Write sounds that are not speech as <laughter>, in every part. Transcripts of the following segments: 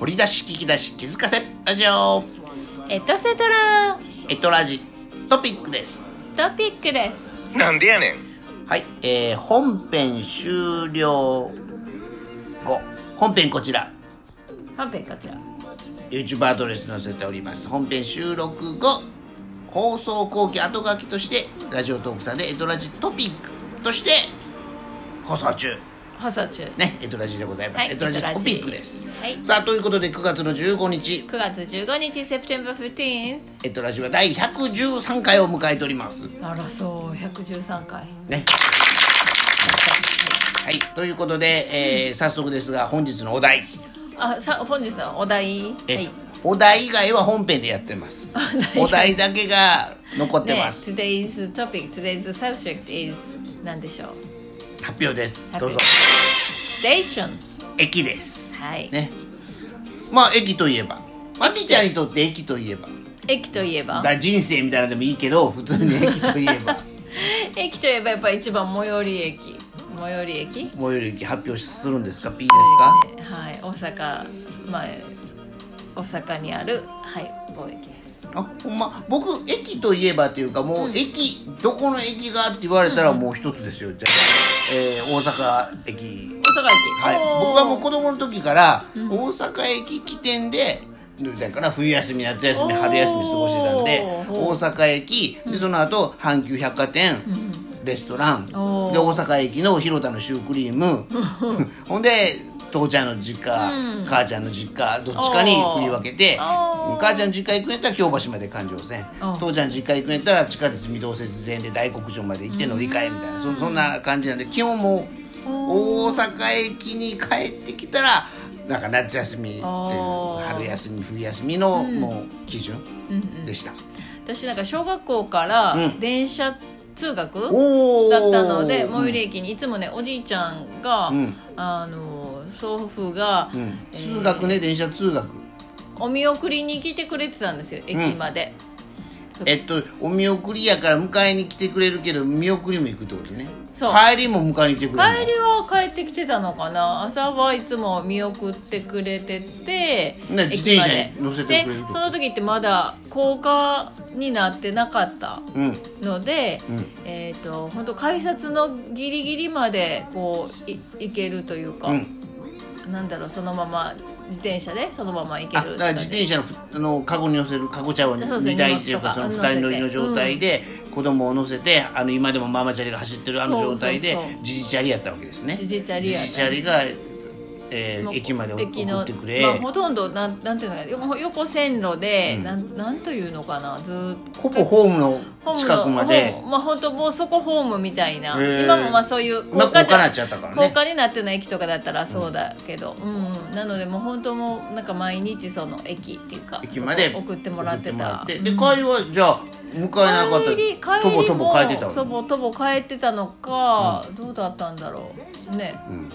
掘り出し聞き出し気づかせラジオエトセトラエトラジトピックですトピックですなんでやねんはい、えー、本編終了後本編こちら本編こちら YouTube アドレス載せております本編収録後放送後期後書きとしてラジオトークさんでエトラジトピックとして放送中放送中ねエトラジでございます、はいエトラジエトラジトピックです、はいさあということで9月の15日9月15日 September 15th エトラジは第113回を迎えておりますあらそう113回ねはいということで、えー早速ですが本日のお題、あさ本日のお題はえいお題以外は本編でやってますお題だけが残ってまねす、 Today's topic Today's subject is 何でしょう発表です発どうぞ表 Station 駅ですはい、ねまあ駅といえばまみちゃんにとって駅といえば駅といえばだから人生みたいなのでもいいけど普通 <laughs> に駅といえば駅といえばやっぱ一番最寄り駅最寄り駅最寄り駅発表するんですか P ですかはい大阪まあ大阪にあるはい某駅ですあほんま僕駅といえばというかもう駅、どこの駅がって言われたらもう一つですよ、じゃあ、えー大阪駅大阪駅はいおー僕はもう子供の時から大阪駅起点で、だから冬休み夏休みおー春休み過ごしてたんでお大ー阪駅でその後阪急百貨店、レストランでおー大阪駅の広田のシュークリーム <laughs> ほんで父ちゃんの実家、うん母ちゃんの実家どっちかに振り分けておーおー母ちゃん実家行くんやったら京橋まで環状線うん父ちゃん実家行くんやったら地下鉄御堂節全で大黒城まで行って乗り換えみたいなそそんな感じなんで基本もう大阪駅に帰ってきたらなんか夏休みっていうおー春休み冬休みのもう基準うんうんでした、私なんか小学校からうん電車通学おーだったのでうん最寄り駅にいつもねおじいちゃんが、うんあの祖父が、うんえー通学ね電車通学お見送りに来てくれてたんですよ駅まで、そうえっとお見送りやから迎えに来てくれるけど見送りも行くってことねそう帰りも迎えに来てくれるの帰りは帰ってきてたのかな朝はいつも見送ってくれてて、ね駅ま自転車に乗せてくれるでとその時ってまだ高架になってなかったうんので、うんえっ、と本当改札のギリギリまでこうい行けるというか、うん、なんだろうそのまま自転車でそのまま行けあだるから自転車のふあのカゴに乗せるカゴ茶をそうそう2台っていうか荷そ物の2とか人乗りの状態で子供を乗せてあの今でもママチャリが走ってるあの状態でそうそうそうじじチャリやったわけですねジジチャリやったジジチャリが、えーもう駅まで送駅のってくれ、まあ、ほとんどなんなんていうのかな横横線路で、うんなんなんというのかなずーっとほぼホームの近くまでホームまあ本当もうそこホームみたいなへー今もまあそういうまあ高架になっちゃったからね高架になってない駅とかだったらそうだけど、うんうんなのでもう本当もうなんか毎日その駅っていうか駅までそこ送ってもらって送もらたってで帰りはじゃあ迎えなかった帰り帰りもとぼとぼ帰ってたわけとぼとぼ帰ってたのか、どうだったんだろうねうんう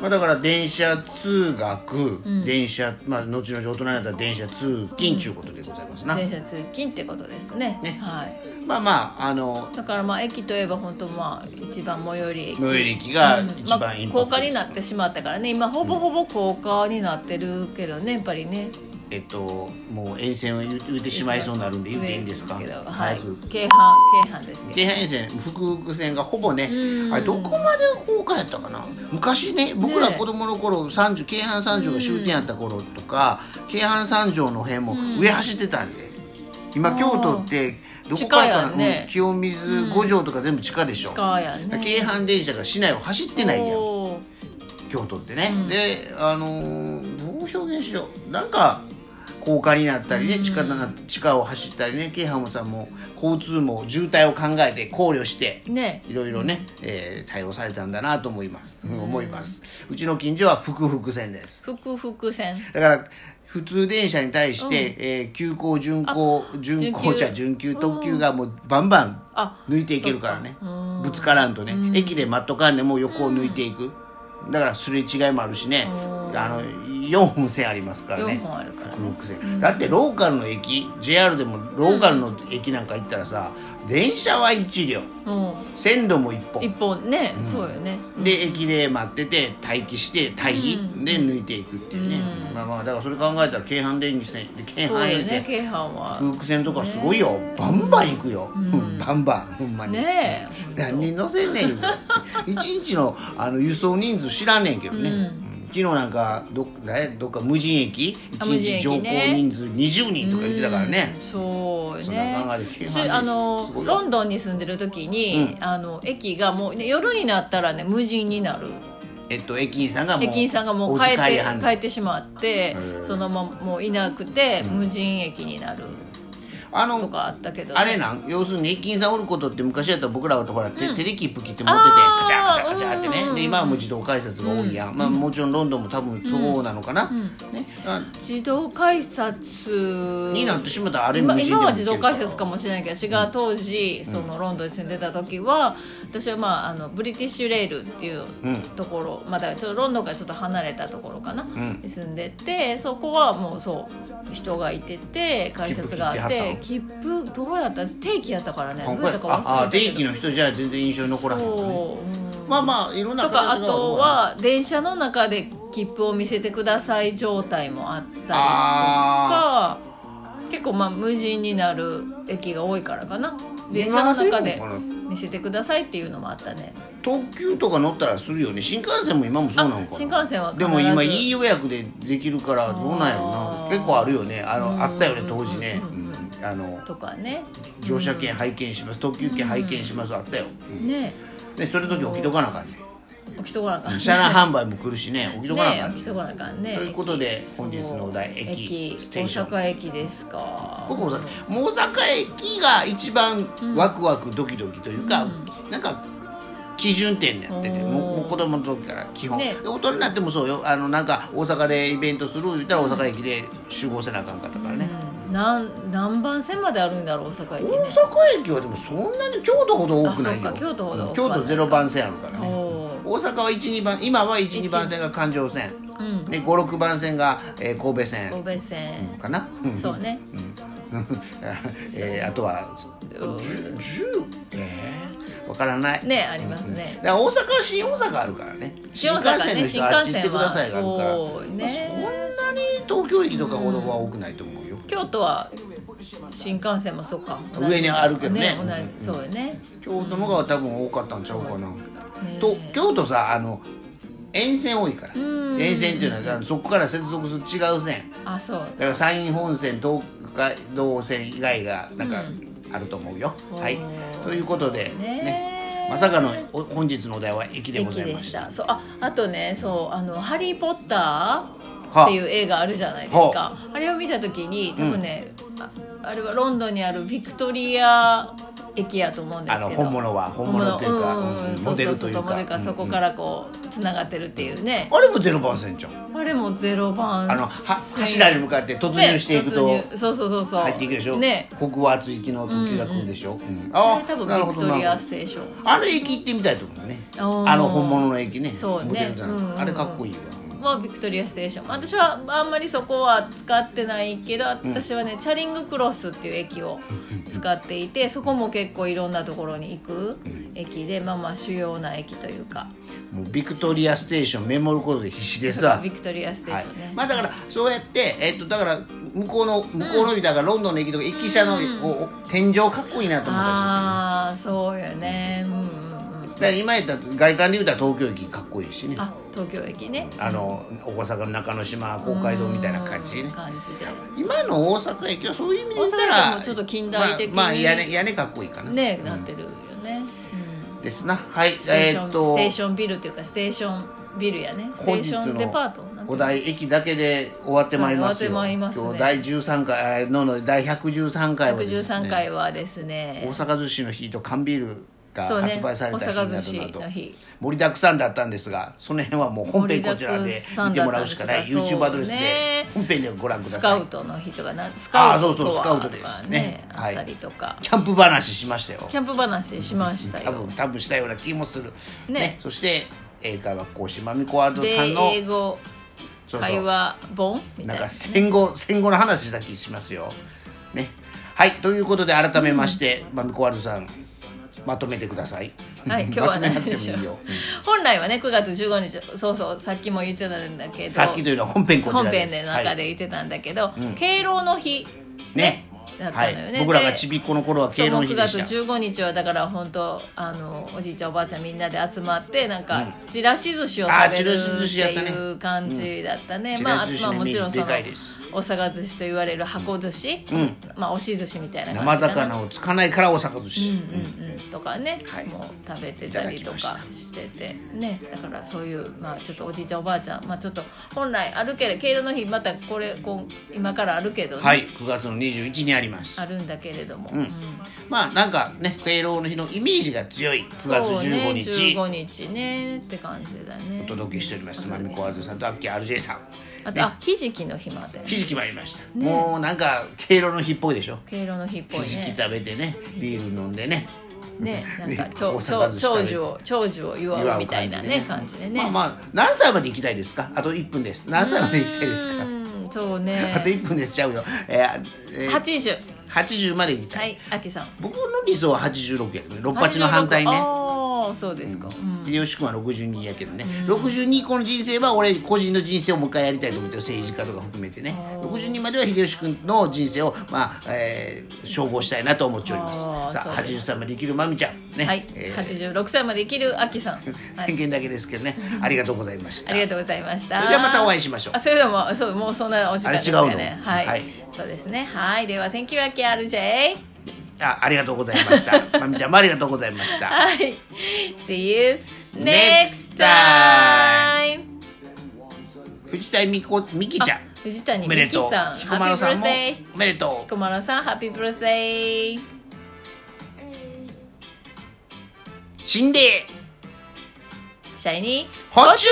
まあ、だから電車通学、うん電車、まあ、後々大人になったら電車通勤ということでございますな、ん電車通勤ってことですねねはいまあまああのだからまあ駅といえば本当まあ一番最寄り駅最寄り駅が一うんまあ番インパ高クト架でにす、なってしまったからね今ほぼほぼ高架になってるけどねやっぱりねえっともう沿線を言う言うてしまいそうになるんで言うていいんですか上けどは早いく京阪京阪ですけ京阪沿線福福線がほぼねうんあれどこまで高架やったかな昔ね僕らねえ子供の頃30京阪三条が終点やった頃とか京阪三条の辺も上走ってたんで今あー京都ってどこからか地下やな、んねうん清水五条とか全部地下でしどょ、地下やね京阪電車が市内を走ってないやんおー京都ってね、うんであのーどう表現しようなんか高架になったりねうん地下だな地下を走ったりね京阪さんも交通網渋滞を考えて考慮してねいろいろね、えー対応されたんだなと思います、うん思いますうちの近所は福福線です福福線だから普通電車に対して、えー急行巡航巡準行急じゃ準急特急がもうバンバンあ抜いていけるからねそっかうんぶつからんとね駅で待っとかんでもう横を抜いていくだからすれ違いもあるしねうんうんあの4線ありますからね4本あるからね六線だってローカルの駅 JR でもローカルの駅なんか行ったらさ、電車は1両うん線路も1本一本ね、そうよねで駅で待ってて待機して退避、うで抜いていくっていうね、うんまあまあだからそれ考えたら京阪電車線京そう阪沿よね線、京阪は空腹線とかすごいよ、バンバン行くよ、バンバンほんまに、ねえ何人乗せんねん言うて一日のあの輸送人数知らんねんけどね、うんうん昨日なんかどっねどっか無人駅一あ無人日駅乗降ね人数20人とか言ってたからねうん、そうよそんな考えで京ね阪し電車あのすごいよロンドンに住んでる時に、あの駅がもう、ね、夜になったらね無人になるえっと駅員さんがもう駅員さんがもおう家変え帰りてはんの変えてしまってうんそのままもういなくて無人駅になるあとのかあったけど、あれなん要するに駅員さんおることって昔やったら僕らはほら、てテレキップ切って持っててあーカチャカチャカチャってね、うんうんうんで今はもう自動改札が多いやん、まあ、もちろんロンドンも多分そうなのかな、ねあ自動改札になってしまったらあれ今無人で今もは行け自るら動改札かもしれないけど違う当時、そのロンドンに住んでた時は私は、まあ、あのブリティッシュレールっていううんところ、まあだからちょっとロンドンからちょっと離れたところかな、んに住んでてそこはもうそう人がいてて改札があって切符どうやった定期やったからねどうやったかああ忘れ定た期けどの人じゃ全然印象に残らへんよねそう、うんまあまあいろんなとかあ形がるわとは電車の中で切符を見せてください状態もあったりとかあ結構まあ無人になる駅が多いからかな電車の中で今でもか見せてくださいっていうのもあったね特急とか乗ったらするよね新幹線も今もそうなのかなあ新幹線は必でずも今いい予約でできるからどうなんやろあなー結構あるよねあうんのあったよね当時ねうんうんあのとかね乗車券拝見します特急券拝見しますあったようんねでそれ時起きとかなあかんね起きとかなあかん車内販売も来るしね起きとかなあかねん起ねきとかなあかんねということで駅本日のお題駅駅ステーション大阪駅ですか僕もさもう大阪駅が一番ワクワクドキドキというか、なんか基準点になっててうんもうもう子供の時から基本、ねで大人になってもそうよあのなんか大阪でイベントする言ったら大阪駅で集合せなあかんかったからね、うんなん何番線まであるんだろう大阪駅ね大阪駅はでもそんなに京都ほど多くないよあそうか京都ほどうん京都0番線あるからねおー大阪は12番今は12番線が環状線うんで56番線が、えー神戸線神戸線かな、そう <laughs> ねえーあとは10えーわからないねありますねだから大阪は新大阪あるからね新大阪ね新幹線の人あっち行って新幹線くはださいがあるからそうねまあそんなに東京駅とかほどは多くないと思うよ、京都は新幹線もそうか同じ上にあるけどね同じそうよね京都の方が多分多かったんちゃうかな、ねと京都さあの沿線多いからん沿線っていうのはそこから接続する違う線あそうだから山陰本線東海道線以外がなんかあると思うよ、はいおーということでそうねねまさかのお本日のお題は駅でござい駅でまししたたそうああとねそうあの「ハリー・ポッター」はっていう映画あるじゃないですかあれを見た時に多分ね、ああれはロンドンにあるビクトリア駅やと思うんであすのけど本物は本物というか、んんうんそうモデルそとういそううモデルかかそこからこうつながってるっていうね、あれもゼロ番線じゃんあれもゼロ番あのは柱に向かって突入していくとね突入そうそうそうそう入っていくでしょ、ね北圧行きの特急が来るでしょ、うんああれ多あ分なるほビクどトなリるほアどステーションあの駅行ってみたいと思うねおーあの本物の駅ねそうねモデルじゃなくうんうんうんあれかっこいいわはビクトリアステーション私はあんまりそこは使ってないけど私はね、チャリングクロスっていう駅を使っていてそこも結構いろんなところに行く駅でまあまあ主要な駅というかもうビクトリアステーションメモることで必死ですわビクトリアステーはシいョンね、まあ、だからそうやって、えっとだから向こうの向こうの駅だからロンドンの駅とか駅舎の、おお天井かっこいいなと思ったしああそうよねうんうんうんだから今やったら外観で言うたら東京駅かっこいいしねああ東京駅ねの大阪の中之島公会堂みたいな感じでうんね感じで今の大阪駅はそういう意味で言った大阪駅らもちょっと近代的にまあ、まあ屋根屋根かっこいいかな、ね、うんなってるよね、うんですなはいステーシえョン、ーっとステーションビルっていうかステーションビルやねステ本ー日ションデパートなんのてお題駅だけで終わってまいりますよそう終わってまいりますね今日第13回あのの第113回はですね113回はですね大阪寿司の日と缶ビールがそうね発売された日な大阪寿司どなのど日盛りだくさんだったんですがその辺はもう本編こちらで見てもらうしかない盛りだくさ YouTube んだアったドんレですスがでそう本編でご覧くだスさカいウトの日とかなスあカあウトそとうはそうスカウトですねねあはったいりとか、キャンプ話しましたよキャンプ話しました多よ分多分したような気もするねそして英会話講師まみこワールドでさんの英語そうそう会話本みたないんなか戦後、戦後の話だけしますよ。ね。はい、ということで改めまして、まみこわるさん、まとめてください。はい今日はまと何めなくてでもしょいいう <laughs> よ。本来はね9月15日そうそうさっきも言ってたんだけどさっきというのは本編こち本らで編す。での中で言ってたんだけど、ん敬老の日ねだったはのいよね、はい、僕らがでちびっこの頃はそう敬老の日9で月した。 15日はだから本当あのおじいちゃんおばあちゃんみんなで集まってなんうかんちらし寿司をあ食ーべるっちらし寿司やってたねいう感じだったね、うんまあ、ちらし寿司まあのもちろんそのイメージでかいですおさが寿司と言われる箱寿司、うんまあ、押し寿司みたいな生感じかな魚をつかないから大阪寿司。うんうんうん、とかね、はいもう食べてたりといただかしててねだからそういう、まあ、ちょっとおじいちゃんおばあちゃん、まあ、ちょっと本来あるけれ敬老の日またこれこう今からあるけどね、はい、9月の21にありますあ。るんだけれども、んまあなんかね、敬老の日のイメージが強い9月そう15ね日、 15日ねって感じだねお届けしております。おま届みけこわずさんとアッキー RJ さん。あとあひじきの日までひじきもありました。もうなんか敬老の日っぽいでしょ。敬老の日っぽいひじねき食べてね、ビール飲んでね。ねなんかね長大長阪寿司長寿を長寿を祝うみたいなね感じでねまあまあ何歳まで行きたいですかあと1分です何歳まで行きたいですうかーんそうあとね1分ですちゃうよ、えーえー80 80まで行きた、はいいあきさん僕の理想は86やけどね68の反対ねああそうですか、うんでよし君は62やけどね、62個の人生は俺個人の人生をもう一回やりたいと思ってる政治家とか含めてね62までは秀吉君の人生を、まあえー、消防したいなと思っておりますあーさあそうで80す歳まで生きるまみちゃんね、はい、えー86歳まで生きるあきさん、はい宣言だけですけどね、ありがとうございましたありがとうございましそた。れではまたお会いしましょうあ、それではもう、そう、もうそんなお時間ですよあれ違うね。のはい、はいそうですね。はい、では、Thank you, Aki RJ. あありがとうございました。 <laughs> まみちゃんもありがとうございました。はい。See you Next next time. 藤田美子美希ちゃんあ、藤谷おめで美希とう。さん、彦摩呂さん Happy も birthday. おめでとう。彦摩呂さん、Happy birthday. 心霊シャイニー。補充